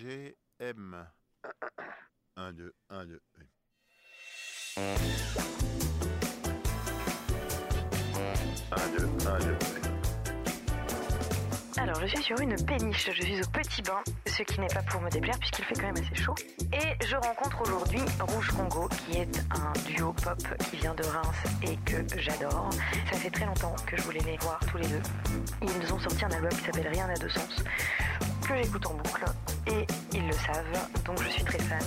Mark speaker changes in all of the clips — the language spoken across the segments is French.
Speaker 1: MGM. 1, 2, 1, 2.
Speaker 2: Alors, je suis sur une péniche, je suis au petit bain, ce qui n'est pas pour me déplaire puisqu'il fait quand même assez chaud. Et je rencontre aujourd'hui Rouge Congo, qui est un duo pop qui vient de Reims et que j'adore. Ça fait très longtemps que je voulais les voir tous les deux. Ils ont sorti un album qui s'appelle Rien n'a de sens, que j'écoute en boucle, et ils le savent, donc je suis très fan,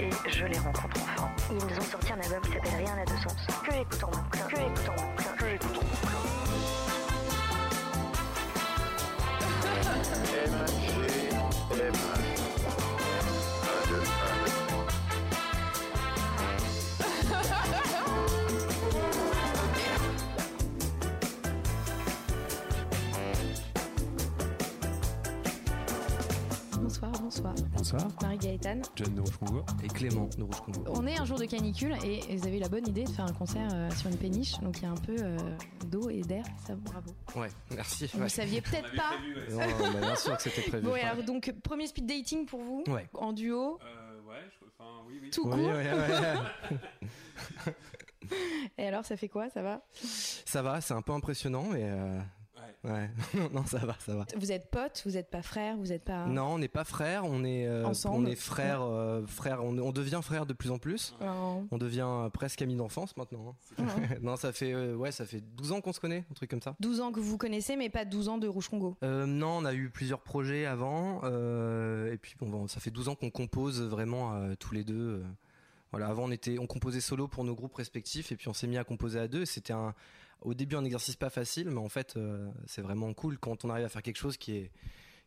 Speaker 2: et je les rencontre enfin. Ils ont sorti un album qui s'appelle Rien n'a de sens, que j'écoute en boucle, que j'écoute en boucle, que j'écoute en boucle.
Speaker 1: MGM. 1, 2, 1, 2.
Speaker 3: Bonsoir, bonsoir.
Speaker 4: Bonsoir,
Speaker 3: Marie Gaëtane.
Speaker 4: John de Rochecongo.
Speaker 5: et Clément de Rouge Congo.
Speaker 3: On est un jour de canicule et ils avaient la bonne idée de faire un concert euh, sur une péniche, donc il y a un peu euh, d'eau et d'air, ça bravo.
Speaker 5: Oh. Ouais, merci.
Speaker 3: Vous
Speaker 5: Ouais.
Speaker 3: saviez peut-être pas.
Speaker 5: Non, bah, bien sûr que c'était prévu.
Speaker 3: Bon, et alors donc premier speed dating pour vous,
Speaker 5: Ouais.
Speaker 3: en duo,
Speaker 6: Euh, ouais, je- enfin, oui, oui.
Speaker 3: tout
Speaker 5: Oui,
Speaker 3: court.
Speaker 5: ouais, ouais.
Speaker 3: Et alors ça fait quoi, ça va
Speaker 5: ça va, c'est un peu impressionnant, mais euh,
Speaker 6: Ouais.
Speaker 5: ouais. non, non, ça va, ça va.
Speaker 3: Vous êtes potes, vous êtes pas frères, vous êtes pas.
Speaker 5: Non, on n'est pas frères, on est euh,
Speaker 3: Ah. Ensemble.
Speaker 5: on est frères, euh, frères, on, on devient frères de plus en plus.
Speaker 3: Non.
Speaker 5: On devient euh, presque amis d'enfance maintenant. hein. non, ça fait euh, ouais, ça fait 12 ans qu'on se connaît, un truc comme ça.
Speaker 3: 12 ans que vous vous connaissez, mais pas 12 ans de Rouge Congo.
Speaker 5: Euh, non, on a eu plusieurs projets avant, euh, et puis bon, bon, ça fait 12 ans qu'on compose vraiment euh, tous les deux. euh. voilà, avant on était, on composait solo pour nos groupes respectifs, et puis on s'est mis à composer à deux. C'était un, au début un exercice pas facile, mais en fait euh, c'est vraiment cool quand on arrive à faire quelque chose qui est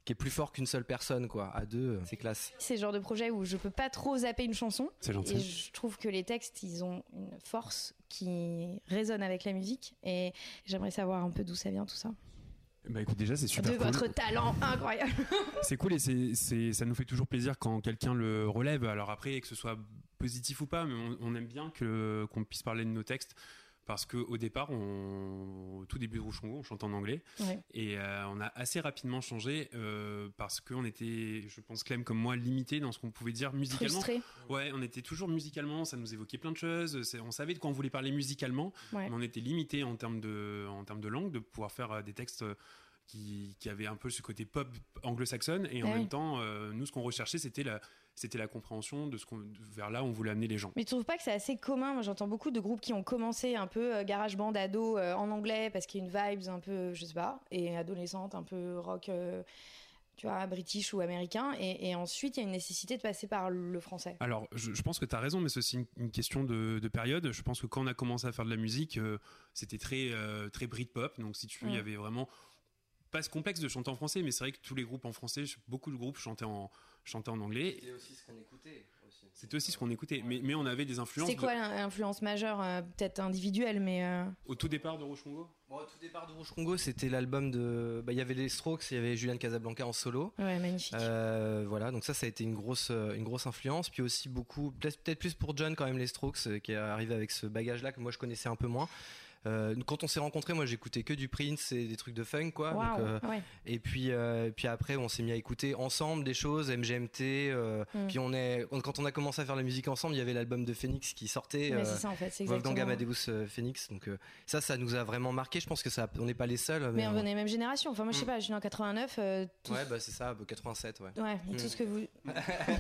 Speaker 5: qui est plus fort qu'une seule personne, quoi. À deux, euh, c'est classe.
Speaker 3: C'est le genre de projet où je peux pas trop zapper une chanson.
Speaker 4: C'est
Speaker 3: Et
Speaker 4: gentil.
Speaker 3: je trouve que les textes, ils ont une force qui résonne avec la musique. Et j'aimerais savoir un peu d'où ça vient tout ça.
Speaker 4: Bah écoute, déjà,
Speaker 5: Ah
Speaker 4: c'est super
Speaker 3: de
Speaker 4: cool.
Speaker 3: votre talent incroyable.
Speaker 4: C'est cool et c'est, c'est, ça nous fait toujours plaisir quand quelqu'un le relève. Alors après, que ce soit positif ou pas, mais on, on aime bien que, qu'on puisse parler de nos textes. Parce que au départ, on, au tout début de Rouchongo, on chante en anglais
Speaker 3: Ouais.
Speaker 4: et euh, on a assez rapidement changé euh, parce qu'on était, je pense, Clem comme moi, limité dans ce qu'on pouvait dire musicalement.
Speaker 3: Frustré.
Speaker 4: Ouais, on était toujours musicalement, ça nous évoquait plein de choses. c'est- On savait de quoi on voulait parler musicalement,
Speaker 3: Ouais.
Speaker 4: mais on était limité en termes de, en termes de langue, de pouvoir faire euh, des textes euh, qui, qui avaient un peu ce côté pop anglo-saxonne. Et en
Speaker 3: Ah oui.
Speaker 4: même temps, euh, nous, ce qu'on recherchait, c'était la, c'était la compréhension de ce qu'on, de- vers là où on voulait amener les gens.
Speaker 3: Mais tu trouves pas que c'est assez commun Moi, j'entends beaucoup de groupes qui ont commencé un peu euh, garage band ado euh, en anglais parce qu'il y a une vibes un peu, je sais pas, et adolescente, un peu rock, euh, tu vois, british ou américain. Et, et ensuite, il y a une nécessité de passer par le français.
Speaker 4: Alors, je, je pense que tu as raison, mais c'est aussi une, une question de, de période. Je pense que quand on a commencé à faire de la musique, euh, c'était très, euh, très Britpop. Donc, si tu veux, il y
Speaker 3: Mm.
Speaker 4: avait vraiment pas ce complexe de chanter en français, mais c'est vrai que tous les groupes en français, je- beaucoup de groupes chantaient en, chantaient en anglais.
Speaker 5: C'était aussi ce qu'on écoutait.
Speaker 4: C'était aussi ce qu'on écoutait, mais, mais on avait des influences
Speaker 3: C'est quoi l'in- l'influence majeure euh, Peut-être individuelle, mais. euh,
Speaker 4: de- au tout départ de Rochongo.
Speaker 5: Bon, au tout départ de Rouge Congo, c'était l'album de. bah, Il y avait les Strokes, il y avait Julian Casablanca en solo.
Speaker 3: Ouais, magnifique.
Speaker 5: Euh, voilà, donc ça, ça a été une grosse, euh, une grosse influence. Puis aussi beaucoup, peut-être peut-être plus pour John quand même, les Strokes, euh, qui est arrivé avec ce bagage-là que moi je connaissais un peu moins. Euh, quand on s'est rencontrés, moi j'écoutais que du Prince et des trucs de funk, quoi.
Speaker 3: Waouh,
Speaker 5: Donc, euh,
Speaker 3: ouais.
Speaker 5: et puis, euh, et puis après, on s'est mis à écouter ensemble des choses, MGMT. euh,
Speaker 3: Mm.
Speaker 5: Puis on est, on- quand on a commencé à faire la musique ensemble, il y avait l'album de Phoenix qui sortait.
Speaker 3: Mais
Speaker 5: euh,
Speaker 3: c'est ça en fait, c'est
Speaker 5: Wolfgang
Speaker 3: exactement.
Speaker 5: Amadeus euh, Phoenix, donc euh, ça, ça nous a vraiment marqué. Je pense que ça, on n'est pas les seuls. Mais,
Speaker 3: Mais on
Speaker 5: euh,
Speaker 3: est même génération. Enfin, moi, je sais
Speaker 5: Mm.
Speaker 3: pas, je suis né en 89. euh, tout...
Speaker 5: ouais, bah c'est ça, bah, 87, ouais.
Speaker 3: Ouais, et
Speaker 5: Mm.
Speaker 3: tout ce que vous.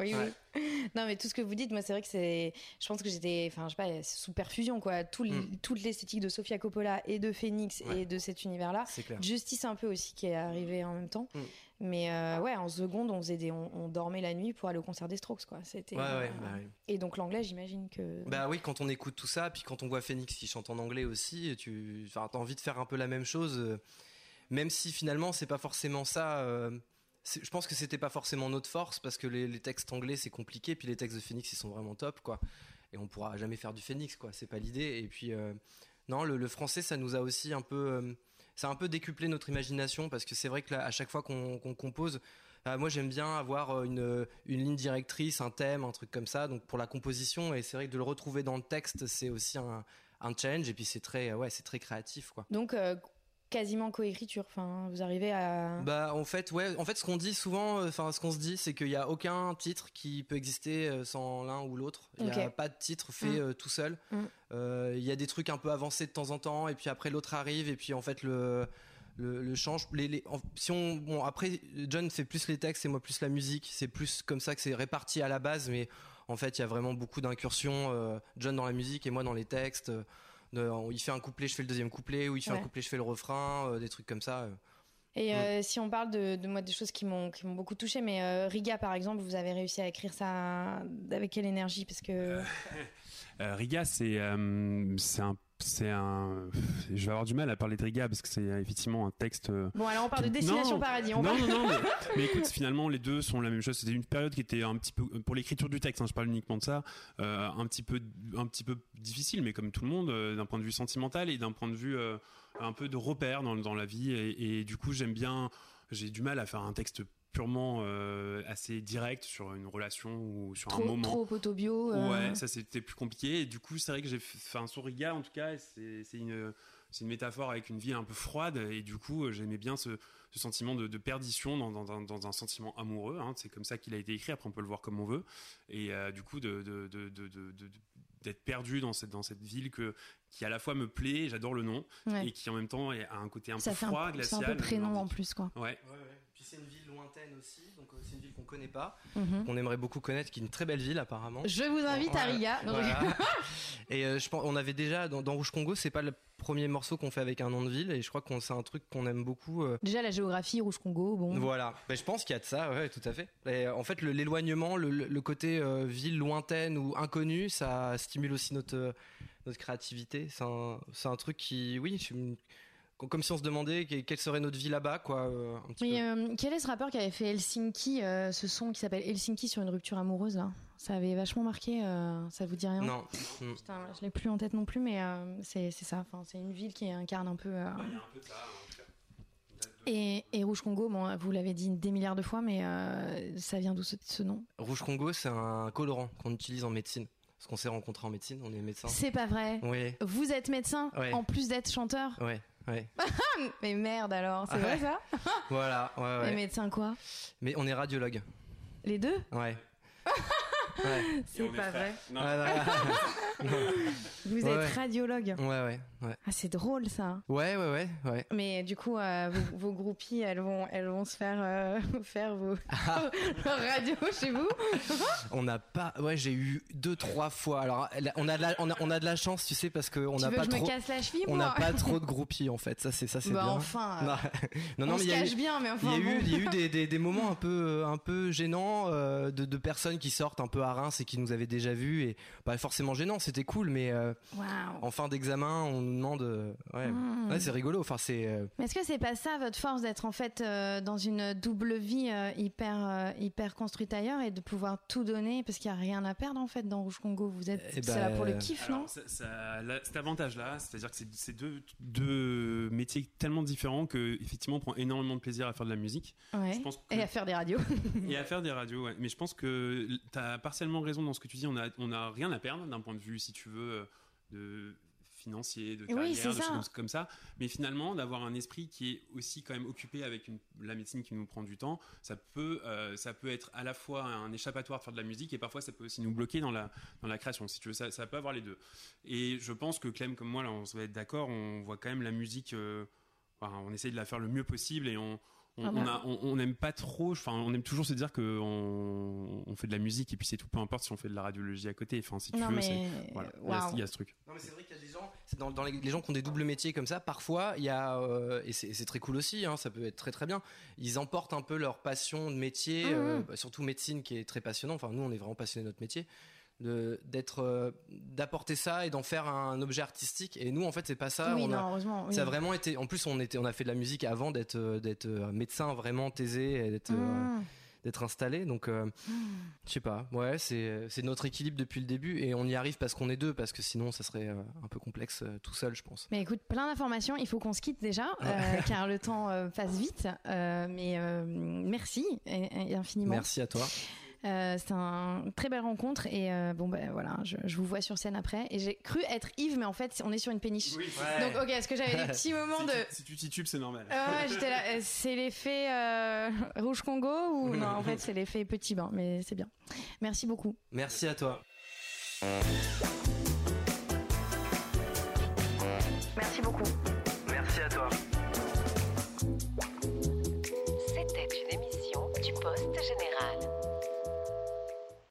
Speaker 3: oui, oui. Non, mais tout ce que vous dites, moi, c'est vrai que c'est. Je pense que j'étais. Enfin, je sais pas, sous perfusion, quoi. Tout l-
Speaker 5: Mm.
Speaker 3: Toute l'esthétique de Sofia Coppola et de Phoenix
Speaker 5: Ouais.
Speaker 3: et de cet univers-là.
Speaker 5: C'est clair.
Speaker 3: Justice, un peu aussi, qui est arrivé en même temps.
Speaker 5: Mm.
Speaker 3: Mais euh, ouais, en seconde, on, faisait des... on, on dormait la nuit pour aller au concert des Strokes, quoi. C'était.
Speaker 5: Ouais, ouais,
Speaker 3: euh,
Speaker 5: bah, ouais.
Speaker 3: Et donc, l'anglais, j'imagine que.
Speaker 5: Bah oui, quand on écoute tout ça, puis quand on voit Phoenix qui chante en anglais aussi, tu enfin, t'as envie de faire un peu la même chose, euh, même si finalement c'est pas forcément ça. euh, c'est- je pense que c'était pas forcément notre force parce que les, les textes anglais c'est compliqué, puis les textes de Phoenix ils sont vraiment top quoi. Et on pourra jamais faire du Phoenix quoi, c'est pas l'idée. Et puis euh, non, le, le français ça nous a aussi un peu, euh, ça a un peu décuplé notre imagination parce que c'est vrai que là, à chaque fois qu'on qu'on compose, euh, moi, j'aime bien avoir euh, une, une ligne directrice, un thème, un truc comme ça. Donc pour la composition, et c'est vrai que de le retrouver dans le texte, c'est aussi un, un change. Et puis c'est très, euh, ouais, c'est très créatif, quoi.
Speaker 3: Donc, euh, quasiment coécriture. Enfin, vous arrivez à.
Speaker 5: Bah en fait ouais en fait ce qu'on dit souvent euh, enfin ce qu'on se dit c'est qu'il n'y a aucun titre qui peut exister euh, sans l'un ou l'autre il n'y a
Speaker 3: Ok.
Speaker 5: pas de titre fait
Speaker 3: Mm.
Speaker 5: euh, tout seul
Speaker 3: Mm.
Speaker 5: Euh, il y a des trucs un peu avancés de temps en temps et puis après l'autre arrive et puis en fait le le, le change les, les- en- si on bon après John fait plus les textes et moi plus la musique c'est plus comme ça que c'est réparti à la base mais en fait il y a vraiment beaucoup d'incursions euh, John dans la musique et moi dans les textes Euh, de- il fait un couplet je fais le deuxième couplet ou il fait
Speaker 3: Ouais.
Speaker 5: un couplet je fais le refrain euh, des trucs comme ça euh.
Speaker 3: Et
Speaker 4: Mm.
Speaker 3: euh, si on parle de, de moi des choses qui m'ont qui m'ont beaucoup touché, mais euh, Riga par exemple, vous avez réussi à écrire ça avec quelle énergie Parce que
Speaker 4: Euh, Riga, c'est euh, c'est un, c'est un. Je vais avoir du mal à parler de Riga parce que c'est euh, effectivement un texte. euh,
Speaker 3: bon, alors on parle de
Speaker 4: Non.
Speaker 3: Destination Paradis. On
Speaker 4: non,
Speaker 3: parle-
Speaker 4: non, non, mais, mais écoute, finalement, les deux sont la même chose. C'était une période qui était un petit peu, pour l'écriture du texte, hein, je parle uniquement de ça, euh, un, petit peu, un petit peu difficile, mais comme tout le monde, euh, d'un point de vue sentimental et d'un point de vue euh, un peu de repère dans, dans la vie. Et, et du coup, j'aime bien, j'ai du mal à faire un texte purement euh, assez direct sur une relation ou sur un
Speaker 3: trop,
Speaker 4: moment.
Speaker 3: trop autobio. euh,
Speaker 4: Ouais, ça c'était plus compliqué. Et du coup, c'est vrai que j'ai fait un souriga en tout cas. et C'est c'est une, c'est une métaphore avec une vie un peu froide. Et du coup, euh, j'aimais bien ce, ce sentiment de, de perdition dans, dans- dans- dans un sentiment amoureux. hein. C'est comme ça qu'il a été écrit. Après, on peut le voir comme on veut. Et euh, du coup, de- de- de- de- de- de- d'être perdu dans cette, dans cette ville que, qui à la fois me plaît, j'adore le nom,
Speaker 3: ouais.
Speaker 4: et qui en même temps a un côté un
Speaker 7: Ça
Speaker 4: peu
Speaker 7: fait un,
Speaker 4: froid,
Speaker 7: c'est
Speaker 4: glacial.
Speaker 7: un peu prénom en
Speaker 4: nordique.
Speaker 7: plus, quoi.
Speaker 4: Ouais.
Speaker 5: Ouais, ouais. Puis c'est une ville lointaine aussi, donc euh, c'est une ville qu'on connaît pas,
Speaker 3: Mhm.
Speaker 4: Mm-hmm.
Speaker 5: qu'on aimerait beaucoup connaître, qui est une très belle ville apparemment.
Speaker 3: Je vous invite à
Speaker 5: Ouais.
Speaker 3: Riga. Non,
Speaker 5: Voilà. et euh, je pense, on avait déjà dans, dans Rouge Congo, c'est pas le premier morceau qu'on fait avec un nom de ville, et je crois qu'on c'est un truc qu'on aime beaucoup. euh.
Speaker 7: Déjà, la géographie, Rouge Congo, bon.
Speaker 5: Voilà, Mais je pense qu'il y a de ça, ouais, tout à fait. Et, euh, en fait, le- l'éloignement, le, le- le côté euh, ville lointaine ou inconnue, ça stimule aussi notre, euh, notre créativité. C'est un, c'est un truc qui, oui, je- comme si on se demandait que- quelle serait notre vie là-bas, quoi. euh, un petit peu.
Speaker 7: Mais euh, quel est ce rappeur qui avait fait Helsinki, euh, ce son qui s'appelle Helsinki sur une rupture amoureuse, là Ça avait vachement marqué, euh, ça vous dit
Speaker 3: hein.
Speaker 7: rien
Speaker 5: Non. Mm.
Speaker 7: Putain, je l'ai plus en tête non plus, mais euh, c'est c'est ça. Enfin, c'est une ville qui incarne un peu. euh,
Speaker 4: hein.
Speaker 7: Et, et Rouge Congo, bon, vous l'avez dit des milliards de fois, mais euh, ça vient d'où ce, ce nom
Speaker 5: Rouge Congo, c'est un colorant qu'on utilise en médecine. Parce qu'on s'est rencontrés en médecine, on est médecins.
Speaker 7: C'est pas vrai.
Speaker 5: Oui,
Speaker 7: Vous êtes médecin,
Speaker 5: Ouais.
Speaker 7: en plus d'être chanteur.
Speaker 5: ouais, ouais.
Speaker 7: Mais merde alors, c'est
Speaker 5: Ah
Speaker 7: vrai
Speaker 5: ouais.
Speaker 7: ça
Speaker 5: voilà, ouais, ouais.
Speaker 7: Mais
Speaker 5: Mais,
Speaker 7: médecin quoi
Speaker 5: on est radiologue.
Speaker 7: Les deux
Speaker 5: Ouais. ouais.
Speaker 4: Et on est frères. Non,
Speaker 5: Ouais, ouais,
Speaker 7: Vous
Speaker 5: Ouais, ouais.
Speaker 7: êtes radiologue.
Speaker 5: ouais, ouais, ouais.
Speaker 7: Ah, c'est drôle ça.
Speaker 5: Ouais, ouais, ouais, ouais.
Speaker 3: Mais du coup, euh, vos, vos groupies, elles vont, elles vont se faire euh, faire vos
Speaker 5: Ah.
Speaker 3: leur radio chez vous.
Speaker 5: On n'a pas. Ouais, j'ai eu deux, trois fois. Alors, là, on a de la, on a, on a de la chance, tu sais, parce qu'on
Speaker 3: Tu
Speaker 5: n'a
Speaker 3: veux que
Speaker 5: pas
Speaker 3: je me
Speaker 5: trop.
Speaker 3: casse la cheville,
Speaker 5: On n'a
Speaker 3: moi
Speaker 5: pas trop de groupies, en fait. Ça, c'est ça, c'est
Speaker 3: Bah
Speaker 5: bien.
Speaker 3: enfin, euh,
Speaker 5: Non, non, non,
Speaker 3: on
Speaker 5: mais
Speaker 3: se
Speaker 5: il y a eu-
Speaker 3: cache bien, mais
Speaker 5: Il y
Speaker 3: enfin
Speaker 5: a eu,
Speaker 3: bon.
Speaker 5: il y a eu des, des- des moments un peu, euh, un peu gênants euh, de, de personnes qui sortent un peu à Reims et qui nous avaient déjà vus. Et pas forcément gênant, c'était cool, mais euh,
Speaker 7: Waouh.
Speaker 5: en fin d'examen, on nous demande. euh, ouais,
Speaker 7: Mm.
Speaker 5: Ouais, c'est rigolo. Enfin, c'est. euh,
Speaker 7: Mais est-ce que c'est pas ça votre force d'être en fait euh, dans une double vie euh, hyper euh, hyper construite ailleurs et de pouvoir tout donner parce qu'il y a rien à perdre en fait dans Rouge Congo. Vous êtes
Speaker 5: Eh
Speaker 7: c'est
Speaker 5: ben,
Speaker 7: là pour le kiff non
Speaker 4: Alors, ça- ça- là, cet avantage-là, c'est-à-dire que c'est- c'est deux, deux métiers tellement différents que effectivement, on prend énormément de plaisir à faire de la musique.
Speaker 7: Ouais.
Speaker 4: Je pense que-
Speaker 7: Et à faire des radios.
Speaker 4: et à faire des radios, ouais. mais je pense que tu as partiellement raison dans ce que tu dis. On a, on a rien à perdre d'un point de vue, si tu veux, euh, de financier, de carrière,
Speaker 7: c'est
Speaker 4: de
Speaker 7: ça.
Speaker 4: choses comme- comme ça. Mais finalement, d'avoir un esprit qui est aussi quand même occupé avec une- la médecine qui nous prend du temps, ça peut, euh, ça peut être à la fois un échappatoire de faire de la musique et parfois ça peut aussi nous bloquer dans la, dans la création. Si tu veux, ça, ça peut avoir les deux. Et je pense que Clem comme moi, là, on va être d'accord, on voit quand même la musique. euh, enfin, on essaye de la faire le mieux possible et on on
Speaker 7: Ah
Speaker 4: on a- on- on n'aime pas trop, enfin on aime toujours se dire que on, on fait de la musique et puis c'est tout, peu importe si on fait de la radiologie à côté. Enfin si tu
Speaker 7: Non
Speaker 4: veux, c'est-
Speaker 7: mais
Speaker 4: voilà, il y a-
Speaker 7: waouh.
Speaker 4: il y a ce truc.
Speaker 5: Non mais c'est vrai qu'il y a des gens, c'est dans, dans les, les gens qui ont des doubles métiers comme ça, parfois il y a euh, et c'est et c'est très cool aussi, hein, ça peut être très très bien. Ils emportent un peu leur passion de métier,
Speaker 7: Mhm.
Speaker 5: euh, bah, surtout médecine qui est très passionnant. Enfin nous on est vraiment passionnés de notre métier, de d'être euh, d'apporter ça et d'en faire un objet artistique. Et nous en fait c'est pas ça.
Speaker 7: oui
Speaker 5: on a-
Speaker 7: non heureusement. oui.
Speaker 5: Ça a vraiment été. En plus on était, on a fait de la musique avant d'être euh, d'être euh, médecin vraiment taisé, et d'être euh,
Speaker 3: Mm.
Speaker 7: Mmh.
Speaker 5: d'être installé. Donc, euh, je sais pas. Ouais, c'est c'est notre équilibre depuis le début et on y arrive parce qu'on est deux, parce que sinon, ça serait euh, un peu complexe euh, tout seul, je pense.
Speaker 7: Mais écoute, plein d'informations, il faut qu'on se quitte déjà,
Speaker 4: Ah.
Speaker 7: euh, car le temps euh, passe vite. Euh, mais euh, merci et- et infiniment.
Speaker 5: Merci à toi.
Speaker 3: Euh, C'était une très belle rencontre et euh, bon ben voilà, je, je vous vois sur scène après. Et j'ai cru être Yves, mais en fait on est sur une péniche.
Speaker 4: Oui.
Speaker 3: Donc ok, est-ce que j'avais des petits moments
Speaker 4: si,
Speaker 7: euh,
Speaker 3: de
Speaker 4: tu, si tu titubes, c'est normal.
Speaker 3: ah ouais, j'étais là. euh, C'est l'effet euh, Rouge Congo ou non En fait, c'est l'effet Petit Bain, mais c'est bien. Merci beaucoup.
Speaker 5: Merci à toi.
Speaker 8: Merci beaucoup.
Speaker 5: Merci à toi.
Speaker 2: C'était une émission du Poste Général.